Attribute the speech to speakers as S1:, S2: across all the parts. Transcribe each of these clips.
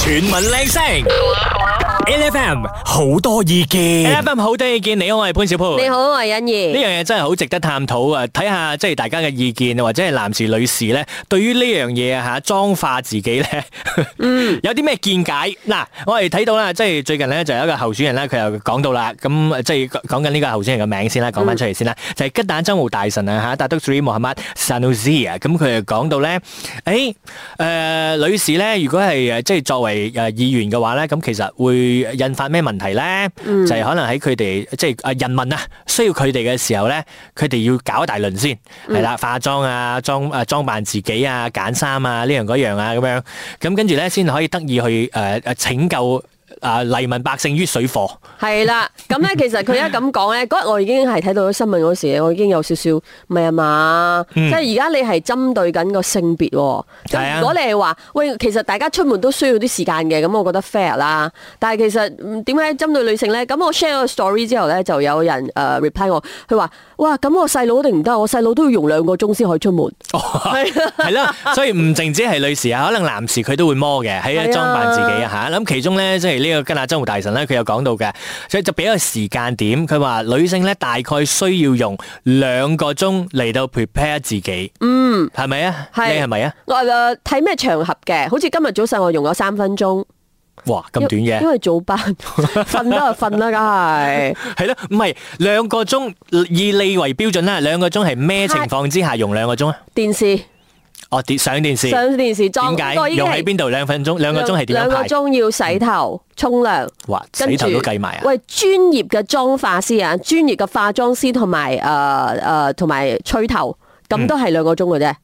S1: 全民靚聲，LFM 好多意見
S2: F.M. 好多意見，你好，我係潘小鋪。
S3: 你好，我係欣
S2: 呢
S3: 怡。
S2: 樣嘢真係好值得探討啊！睇下即係大家嘅意見，或者係男士女士咧，對於呢樣嘢啊嚇妝化自己咧，
S3: 嗯
S2: 有啲咩見解？嗱，我哋睇到啦，即係最近咧就有一個候選人咧，佢又講到啦，咁即係講緊呢個候選人嘅名先啦，講翻出嚟先啦，
S3: 嗯
S2: 就係吉蛋州務大臣啊嚇，達督 Sri Mohammad Sanusi 啊，咁佢就講到咧，誒誒女士咧，如果係誒即係作為誒議員嘅話咧，咁其實會引發咩問題咧？就係可能喺佢哋即係啊人民啊需要佢哋嘅時候咧，佢哋要搞一大輪先，係啦，化妝啊、裝啊、裝扮自己啊、揀衫啊、呢樣嗰樣啊咁樣，咁跟住咧先可以得以去誒誒、呃拯救啊、黎民百姓於水火。
S3: 係啦，咁 咧其實佢一咁講咧，嗰日我已經係睇到新聞嗰時，我已經有少少唔係啊嘛，即係而家你係針對緊個性別喎。
S2: 嗯係啊
S3: 咁如果你係話喂，其實大家出門都需要啲時間嘅，咁我覺得 fair 啦。但係其實嗯點解針對女性咧？咁我 share 個 story 之後咧，就有人誒 reply 我，佢話：哇，咁我細佬一定唔得，我細佬都要用兩個鐘先可以出門。
S2: 係啦，所以唔淨止係女士啊，可能男士佢都會摸嘅，喺
S3: 係啊
S2: 裝扮自己啊嚇。咁其中咧，即係呢個吉亞州務大臣咧，佢有講到嘅，所以就俾一個時間點，佢話女性咧大概需要用兩個鐘嚟到 prepare 自己。嗯，係咪啊？你
S3: 係
S2: 係咪啊？
S3: 我誒睇咩場合嘅？好似今日早上我用咗三分鐘。
S2: 哇，咁短
S3: 因
S2: 嘅，
S3: 為早班 瞓啦就瞓啦，梗係
S2: 係咯，唔係兩個鐘以你為標準啦，兩個鐘係咩情況之下用兩個鐘啊？
S3: 電視
S2: 哦，跌上電視，
S3: 上電視裝，
S2: 點解
S3: 不過已經
S2: 用
S3: 係
S2: 喺邊度？兩分鐘，兩個鐘係點樣
S3: 兩
S2: 排
S3: 個？鐘要洗頭、沖涼，
S2: 哇，
S3: 跟
S2: 洗頭都
S3: 住
S2: 計埋啊！
S3: 喂，專業嘅妝化師啊，專業嘅化妝師同埋誒誒同埋吹頭，
S2: 嗯
S3: 咁都係兩個鐘嘅啫。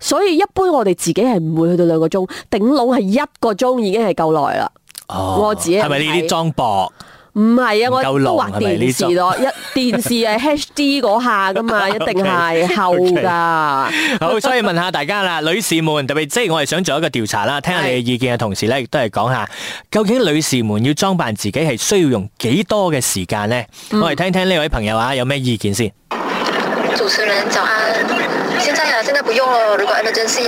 S3: 所以一般我哋自己係唔會去到兩個鐘，頂籠係一個鐘已經係夠耐啦。
S2: 哦
S3: 我自己
S2: 係咪呢啲
S3: 睇
S2: 裝薄？
S3: 唔係啊，我
S2: 唔夠
S3: 都
S2: 濃
S3: 話
S2: 係咪呢
S3: 電視咯， 一電視係 HD 嗰下噶嘛，一定係厚
S2: OK，OK
S3: 㗎。
S2: 好，所以問下大家啦，女士們，特別即係我係想做一個調查啦，聽下你嘅意見嘅同時咧，亦都係講下究竟女士們要裝扮自己係需要用幾多嘅時間呢？我哋聽聽呢位朋友啊，有咩意見先？
S4: 主持人早安，现在啊，现在不用了。如果 emergency，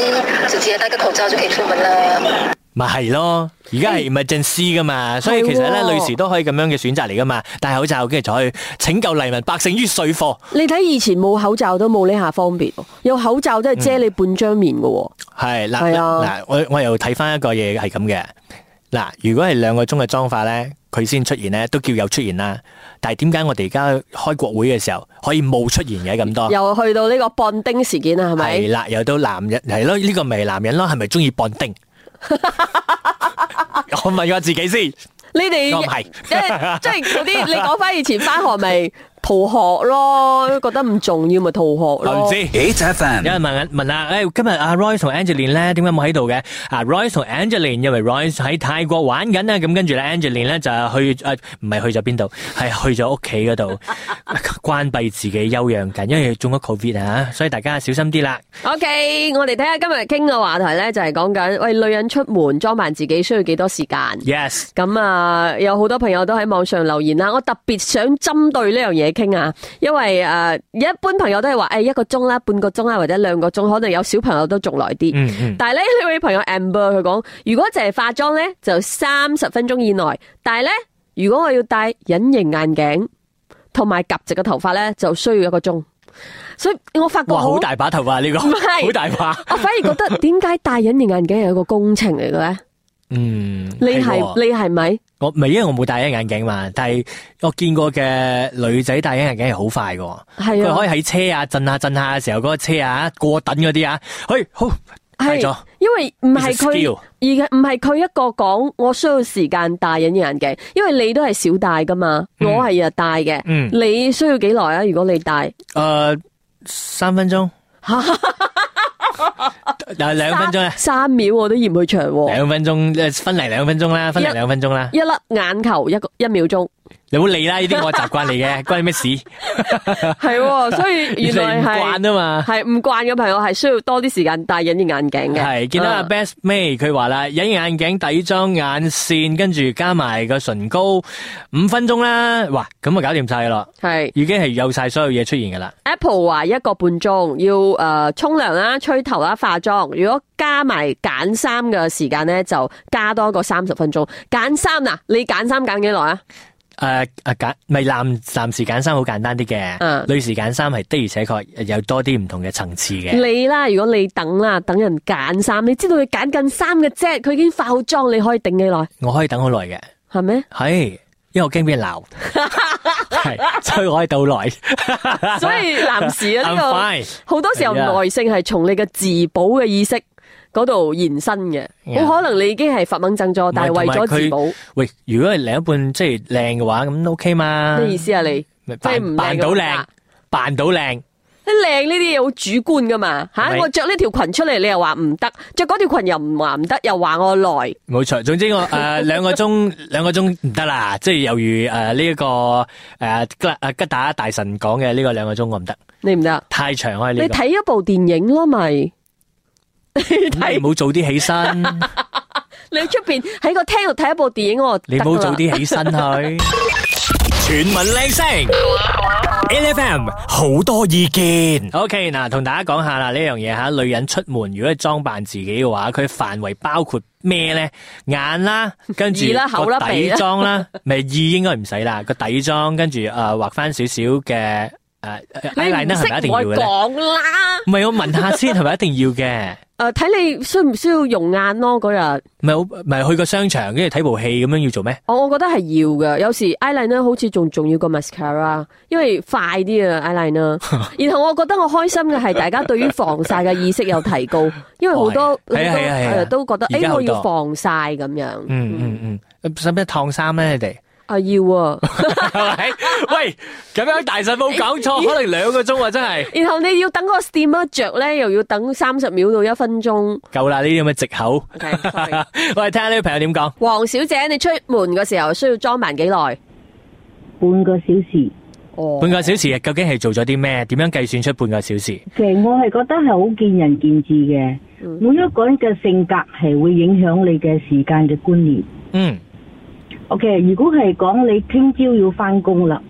S4: 直接戴个口罩就可以出门了。
S2: 咪係咯，而家係 emergency 噶嘛，所以其實咧
S3: 係喎
S2: 女士都可以咁樣嘅選擇嚟噶嘛，戴口罩跟住就去拯救黎民百姓於水火，
S3: 你睇以前冇口罩都冇呢下方便喎，有口罩都係遮你半張面嘅喎。
S2: 係嗱
S3: 係啊
S2: 嗱，我我又睇翻一個嘢係咁嘅，嗱，如果係兩個鐘嘅妝化咧，佢先出現咧，都叫有出現啦。但係點解我哋而家開國會嘅時候可以冇出現嘅咁多？
S3: 又去到呢個棒丁事件啊啦，係
S2: 嗯啊係
S3: 咪？
S2: 啦，又到男人係咯，呢、個咪係男人咯，係咪中意綁 丁？我問我自己先，
S3: 你哋
S2: 我唔係
S3: 即係即係嗰啲，你講翻以前翻學咪逃學咯，覺得唔重要咪逃學
S2: 我唔
S3: 咯。
S2: 知。
S1: ，8FM
S2: 有人問問啊，誒今日阿 à, Royce 同 Angeline 咧點解冇喺度嘅？啊 À, Royce 同 Angeline 因為 Royce 喺泰國玩緊啊，咁跟住咧 Angeline 咧就去誒唔係去咗邊度，係去咗屋企嗰 度關閉自己休養緊，因為中咗 Covid 啊，所以大家小心啲啦。
S3: OK，我哋睇下今日傾嘅話題咧，就係講緊喂女人出門裝扮自己需要幾多時間。
S2: Yes，
S3: 咁啊，有好多朋友都喺網上留言啦。我特別想針對呢樣嘢傾啊，因為誒、呃一般朋友都係話誒哎一個鐘啦、半個鐘啦，或者兩個鐘，可能有小朋友都仲耐啲。
S2: 嗯嗯，
S3: 但係咧呢位朋友 Amber 佢講，如果就係化妝咧，就三十分鐘以內。但係咧，如果我要戴隱形眼鏡同埋夾直嘅頭髮咧，就需要一個鐘。所以我發覺
S2: 哇
S3: 好
S2: 好，大把頭髮呢個，
S3: 唔係
S2: 好大把，
S3: 我反而 覺得點解戴隱形眼鏡係一個工程嚟嘅咧？
S2: Ừ, 嗯，
S3: 你係
S2: 喎
S3: 你係咪？
S2: 我唔係因為我冇戴隱形眼鏡嘛，但係我見過嘅女仔戴隱形眼鏡係好快嘅喎，
S3: 係
S2: 佢
S3: 啊
S2: 可。以喺車啊震下震下嘅時候，嗰、個車啊過等嗰啲啊，去好戴咗
S3: 係，因為唔係
S2: It's a
S3: 佢
S2: skill
S3: 而唔係佢一個講我需要時間戴隱形眼鏡，因為你都係少戴噶嘛，
S2: 嗯
S3: 我係日日戴嘅，
S2: 嗯
S3: 你需要幾耐啊？如果你戴
S2: 誒、呃三分 鐘，嗱兩分鐘啊咧
S3: 三，三秒我都嫌佢
S2: 啊
S3: 長喎，
S2: 呃兩分鐘誒分嚟兩分鐘啦，分嚟兩分鐘啦，
S3: 一粒眼球一個一秒鐘，
S2: 你唔好理啦，呢啲我習慣嚟嘅， 關你咩事？
S3: 系喎，所以原
S2: 你
S3: 來係
S2: 唔慣啊嘛
S3: 係唔慣嘅朋友係需要多啲時間戴隱形眼鏡嘅。
S2: 係見到阿
S3: 嗯
S2: Best May 佢話啦，隱形眼鏡底妝、眼線，跟住加埋個唇膏，五分鐘啦，哇，咁啊搞掂晒啦，
S3: 係
S2: 已經係有晒所有嘢出現噶啦。
S3: Apple 話一個半鐘要誒沖涼啦、吹頭啦、化妝。如果加埋揀衫嘅時間咧，就加多個三十分鐘。揀衫啊，你揀衫揀幾耐啊？
S2: 诶诶拣咪男男士揀衫好簡單啲嘅，
S3: 嗯
S2: 女士揀衫係的而且確有多啲唔同嘅層次嘅。
S3: 你啦，如果你等啦，等人揀衫，你知道佢揀緊衫嘅啫，佢已經化好妝，你可以頂幾耐？
S2: 我可以等好耐嘅，？
S3: 係咩
S2: 係因為我驚俾人 鬧，係所以我可以到耐。
S3: 所以男士啊，呢
S2: I'm
S3: 個
S2: fine
S3: 好多時候
S2: 係啊
S3: 耐性係從你嘅自保嘅意識嗰度延伸嘅。
S2: Yeah
S3: 好可能你已經係發掹憎咗，但係為咗自保，
S2: 喂，如果係另一半即係靚嘅話，咁 OK 嘛？
S3: 咩意思啊？你
S2: 咪
S3: 即係
S2: 扮
S3: 唔靚嘅
S2: 扮到
S3: 話
S2: 靚，扮到靚。
S3: 啲靚呢啲嘢好主觀噶嘛吓、
S2: 係咪
S3: 我着呢條裙出嚟，你又話唔得；着嗰條裙又唔話唔得，又話我耐。
S2: 冇錯，總之我诶兩個鐘兩個鐘唔得啦，即係猶如诶呢一個诶吉诶吉打大神講嘅呢個兩個鐘我唔得，
S3: 你唔得，
S2: 太長可以
S3: 你
S2: 呢個。
S3: 睇一部電影咯，咪你
S2: 咁你
S3: 睇
S2: 唔好早啲起身。
S3: 你出边喺個廳度睇一部電影，我
S2: 你唔好早啲起 身去。
S1: 全民靚聲，L F M 好多意見。
S2: OK，嗱，同大家講下啦，呢樣嘢吓，女人出門如果係裝扮自己嘅話，佢範圍包括咩咧？眼啦，跟住
S3: 耳啦口啦
S2: 個
S3: 鼻
S2: 底
S3: 啦
S2: 妝啦，咪耳應該唔使啦，個底妝跟住诶畫翻少少嘅诶
S3: 你
S2: eyeliner
S3: 唔
S2: 係咪一
S3: 識
S2: 定
S3: 我
S2: 要嘅咧？
S3: 講啦。
S2: 唔係我問下先，係咪一定要嘅？
S3: 诶，睇、你需唔需要用眼咯？嗰日
S2: 唔係好唔係去個商場跟住睇部戲咁樣要做咩？
S3: 我我覺得係要嘅，有時 eyeliner 好似仲重要過 mascara，因為快啲啊 eyeliner。然後我覺得我開心嘅係大家對於防曬嘅意識有提高，因為好多好
S2: 哦
S3: 多
S2: 係係啊係啊係啊
S3: 誒都覺得
S2: 而家
S3: 誒
S2: 好
S3: 我
S2: 多
S3: 要防曬咁樣，
S2: 嗯嗯嗯，使唔使燙衫咧？你哋？
S3: 啊要啊。
S2: 係咪？喂，咁樣大神冇搞錯，可能兩個鐘啊，真係。
S3: 然後你要等嗰個 steamer 着咧，又要等三十秒到一分鐘。
S2: 够啦，呢啲咁嘅藉口。
S3: OK，sorry
S2: 我哋聽下呢位朋友點講。
S3: 黃小姐，你出門嘅時候需要裝扮幾耐？
S5: 半個小時。
S3: 哦
S2: 半個小時究竟係做咗啲咩？點樣計算出半個小時？
S5: 其實我係覺得係好見仁見智嘅，每一個人嘅性格係會影響你嘅時間嘅觀念。
S2: 嗯，
S5: OK，如果係講你聽朝要翻工啦，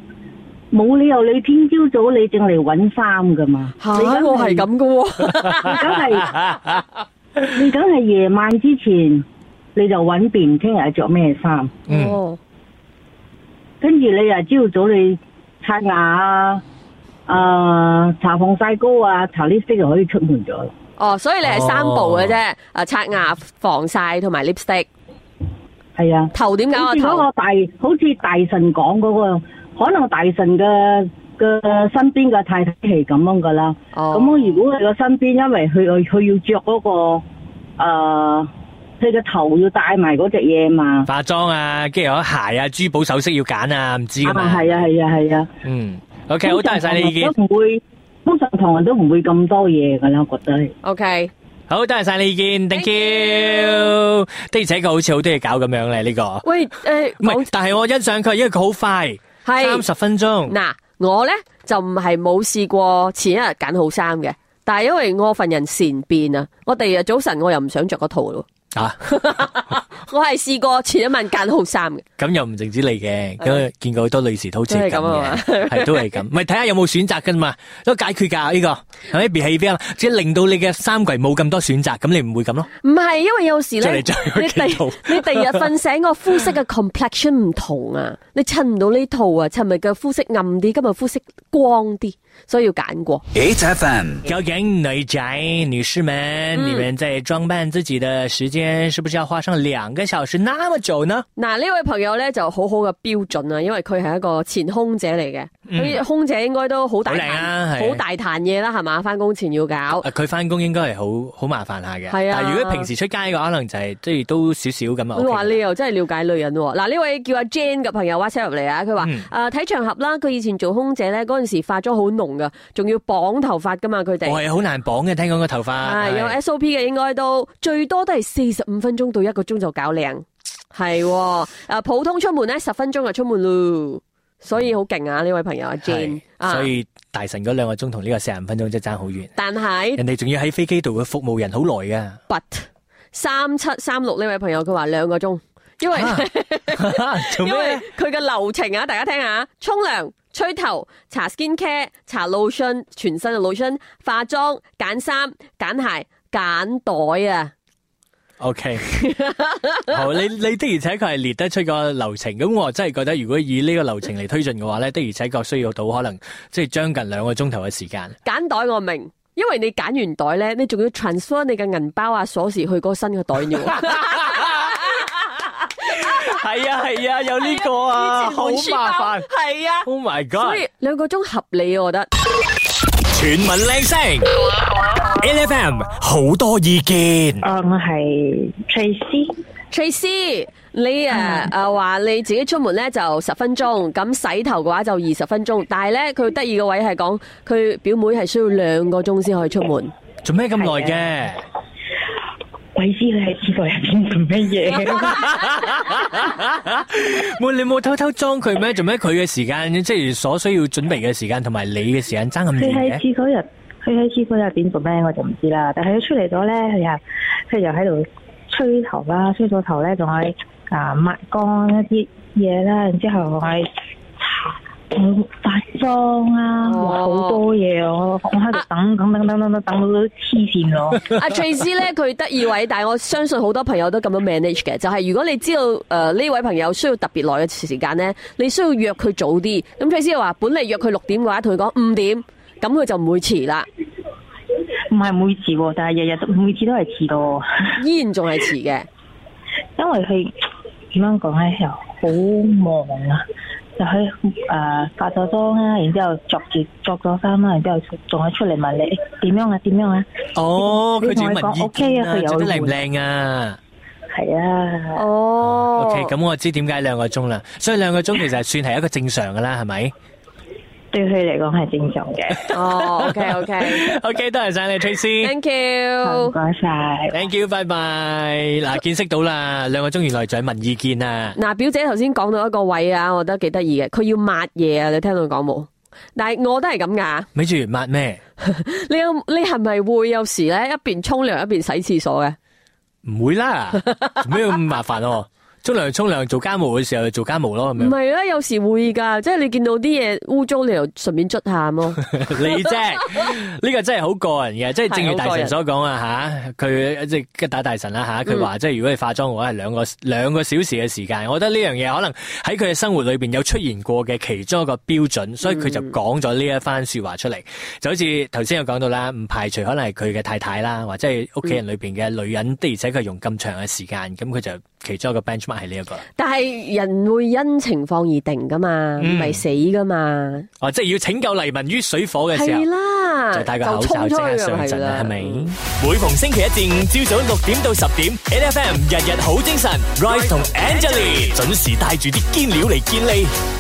S5: 冇理由你聽朝早你正嚟揾衫噶嘛？
S3: 嚇，
S5: 你梗
S3: 我係咁嘅喎。
S5: 你梗係你梗係夜晚之前你就揾遍聽日着咩衫，
S2: 嗯
S3: 哦
S5: 跟住你又朝早你刷牙啊，啊搽防曬膏啊，搽 lipstick 就可以出門咗啦。
S3: 哦，所以你係三步嘅啫，啊刷牙、防曬同埋 lipstick。
S5: 係啊。
S3: 頭點解
S5: 好
S3: 我
S5: 似嗰
S3: 頭
S5: 個大，好似大神講嗰、個，可能大神嘅嘅身邊嘅太太係咁樣噶啦。
S3: 哦
S5: 咁、如果佢個身邊，因為佢佢佢要着嗰、個呃佢嘅頭要戴埋嗰隻嘢嘛。
S2: 化妝啊，跟住有鞋啊、珠寶首飾要揀啊，唔知
S5: 啊，
S2: 噶嘛。
S5: 係啊，係啊，係啊。
S2: 嗯，OK，好多謝晒你意見
S5: 通常。唐人都唔會，通常唐人都唔會咁多嘢噶啦，我覺得。
S3: ？OK，
S2: 好多謝晒你意見，thank you。的而且確好似好多嘢搞咁樣咧，呢個。
S3: 喂，诶，
S2: 唔係
S3: 講，
S2: 但係我欣賞佢，因為佢好快，三
S3: 係
S2: 十分鐘。
S3: 嗱，我咧就唔係冇試過前一日揀好衫嘅。但係因為我份人善變啊，我第二日早晨我又唔想着嗰套咯。
S2: 啊，
S3: 我係試過前一晚揀好衫嘅，
S2: 咁又唔淨止你嘅，咁啊見過好多女士都好似咁
S3: 都係咁啊
S2: 嘅，係都係 咁，咪睇下有冇選擇噶嘛，都解決㗎呢個，係咪 b e h a 即係令到你嘅衫櫃冇咁多選擇，咁你唔會咁咯。
S3: 唔係因為有時咧，
S2: 再
S3: 你
S2: 嚟再去
S3: 第
S2: 幾套
S3: 你第二日瞓醒個膚 色嘅 complexion 唔同啊，你襯唔到呢套啊，尋日嘅膚色暗啲，今日膚色光啲，所以要揀過。
S6: 8FM,
S2: 究竟女仔、女士們，
S3: 嗯
S2: 你們在裝扮自己的時間是不是要花上兩個小時那麼久呢？
S3: 嗱，呢位朋友咧就好好嘅標準啊，因為佢係一個前空姐嚟嘅，佢、空姐應該都好大
S2: 嗯好靚啊
S3: 壇
S2: 係
S3: 好大壇嘢啦，係嘛？翻工前要搞
S2: 啊，佢翻工應該係好好麻煩下嘅，
S3: 嗯係啊
S2: 但係如果平時出街嘅話，可能就係即係都少少咁啊。
S3: 佢話
S2: OK
S3: 你又真係了解女人喎、嗱呢位叫阿 Jane 嘅朋友 WhatsApp 入嚟啊，佢話
S2: 嗯
S3: 誒睇場合啦，佢以前做空姐咧嗰陣時化妝好濃噶，仲要綁頭髮噶嘛佢
S2: 我
S3: 哋。
S2: 哦係好難綁嘅，聽講個頭髮
S3: 啊，有
S2: 係
S3: SOP 嘅應該都最多都係四十五分鐘到一個鐘就搞靚，係喎、啊普通出門咧十分鐘就出門咯，所以好勁啊！呢位朋友阿 Jane
S2: 係
S3: 啊，
S2: 所以大神嗰兩個鐘同呢個四十五分鐘真係爭好遠。
S3: 但係
S2: 人哋仲要喺飛機度嘅服務人好耐噶。
S3: but 三七三六呢位朋友佢話兩個鐘，因為、
S2: 啊 做
S3: 因為
S2: 咩？啊
S3: 佢嘅流程啊，大家聽下：沖涼、吹頭、搽 skin care、搽 lotion 全身嘅 lotion、化妝、揀衫、揀鞋、揀袋啊。
S2: O K，好，你你的而且確係列得出個流程，咁我真係覺得如果以呢個流程嚟推進嘅話咧，的而且確需要到可能即係將近兩個鐘頭嘅時間。
S3: 揀袋我明，因為你揀完袋咧，你仲要 transfer 你嘅銀包啊、鎖匙去嗰個新嘅袋要。
S2: 係啊係啊，有呢個 啊，好麻煩。
S3: 系啊，
S2: Oh my
S3: 所
S2: god！
S3: 以兩個鐘合理啊，我覺得。
S1: 全民靚聲，L F M 好多意見。
S5: 啊，我係 Tracy，
S3: Tracy，你啊啊话你自己出門咧就十分鐘，咁洗頭嘅話就二十分鐘。但係咧佢得意嘅位係講佢表妹係需要兩個鐘先可以出門。
S2: 做咩咁耐
S5: 鬼知佢喺廁所入邊做乜
S2: 嘅？
S5: 嘢？
S2: 冇你冇偷偷裝佢咩？做咩佢嘅時間即係所需要準備嘅時間同埋你嘅時間爭咁
S5: 佢
S2: 遠
S5: 喺
S2: 嘅？
S5: 廁所入，佢喺廁所入邊做咩我就唔知啦。但係佢出嚟咗咧，佢又佢又喺度吹頭啦，吹咗頭咧仲係啊抹乾一啲嘢啦，然之後我係搽化妝啦，
S3: 哦
S5: 哇好多嘢啊我我喺度等等等等等等等到都黐線咯。
S3: 阿 Tracy 咧佢得意位，但係我相信好多朋友都咁樣 manage 嘅，就係如果你知道诶呢、位朋友需要特別耐嘅時間咧，你需要約佢早啲。咁 Tracy 話本嚟約佢六點嘅話，同佢講五點，咁佢就唔會遲啦，
S5: 唔係每次喎，但係日日都每次都係遲到喎，
S3: 依然仲係遲嘅。
S5: 因為佢點樣講咧，又好忙啊，就喺誒化咗妝啦，然之後着住着咗衫啊啦，然之後仲係出嚟問你點樣啊點樣啊，
S2: 哦，佢
S5: 你
S2: 仲
S5: 同
S2: 要問
S5: 佢講
S2: 意
S5: OK
S2: 見
S5: 啊，
S2: 啊
S5: 佢，有
S2: 做得
S5: 換
S2: 靚唔靚啊？
S5: 係啊，
S3: 哦
S2: OK，咁我知點解兩個鐘啦，所以兩個鐘其實算係一個正常噶啦，係咪
S5: 對佢嚟講係正常嘅，
S3: 哦，OK OK，Thank
S2: ？OK，多謝晒你，Tracy。
S5: 唔
S3: you。
S5: 該晒。
S2: Thank you，拜拜。嗱，見識到啦，兩個鐘原來就係問意見 啊。
S3: 嗱，表姐頭先講到一個位啊，我覺得幾得意嘅，佢要抹嘢啊，你聽到佢講冇？但係我都係咁噶，
S2: 咪住抹咩？
S3: 你有你係咪會有時咧一邊沖涼一邊洗廁所嘅？
S2: 唔會啦，做咩咁麻煩哦？沖涼沖涼，做家務嘅時候就做家務咯，咁樣。
S3: 唔係啊啦，有時會㗎，即係你見到啲嘢污糟，你又順便捽下 咯。
S2: 你啫，呢個真係好個人嘅，即係正如
S3: 係好
S2: 大
S3: 個人嗯
S2: 神所講啊吓，佢即係打大神啦吓，佢話即係如果你化妝嘅話係兩個兩個小時嘅時間，我覺得呢樣嘢可能喺佢嘅生活裏边有出現過嘅其中一個標準，所以佢就
S3: 嗯
S2: 講咗呢一番说話出嚟，就好似頭先有講到啦，唔排除可能係佢嘅太太啦，或者係屋企人裏边嘅女人的，而且佢用咁長嘅時間，咁佢就其中一個 benchmark 係呢一個啦。
S3: 但係人會因情況而定㗎嘛，唔
S2: 嗯
S3: 係死㗎嘛，
S2: 哦，即係要拯救黎民於水火嘅時候
S3: 係，啦，
S2: 就戴個口罩
S3: 衝
S2: 即
S3: 出
S2: 刻
S3: 去
S2: 上陣啦，係咪？
S3: 嗯
S1: 每逢星期一至五朝早六點到十點，L F M 日日好精神，Rise 同 Angelie 準時帶住啲堅料嚟健利。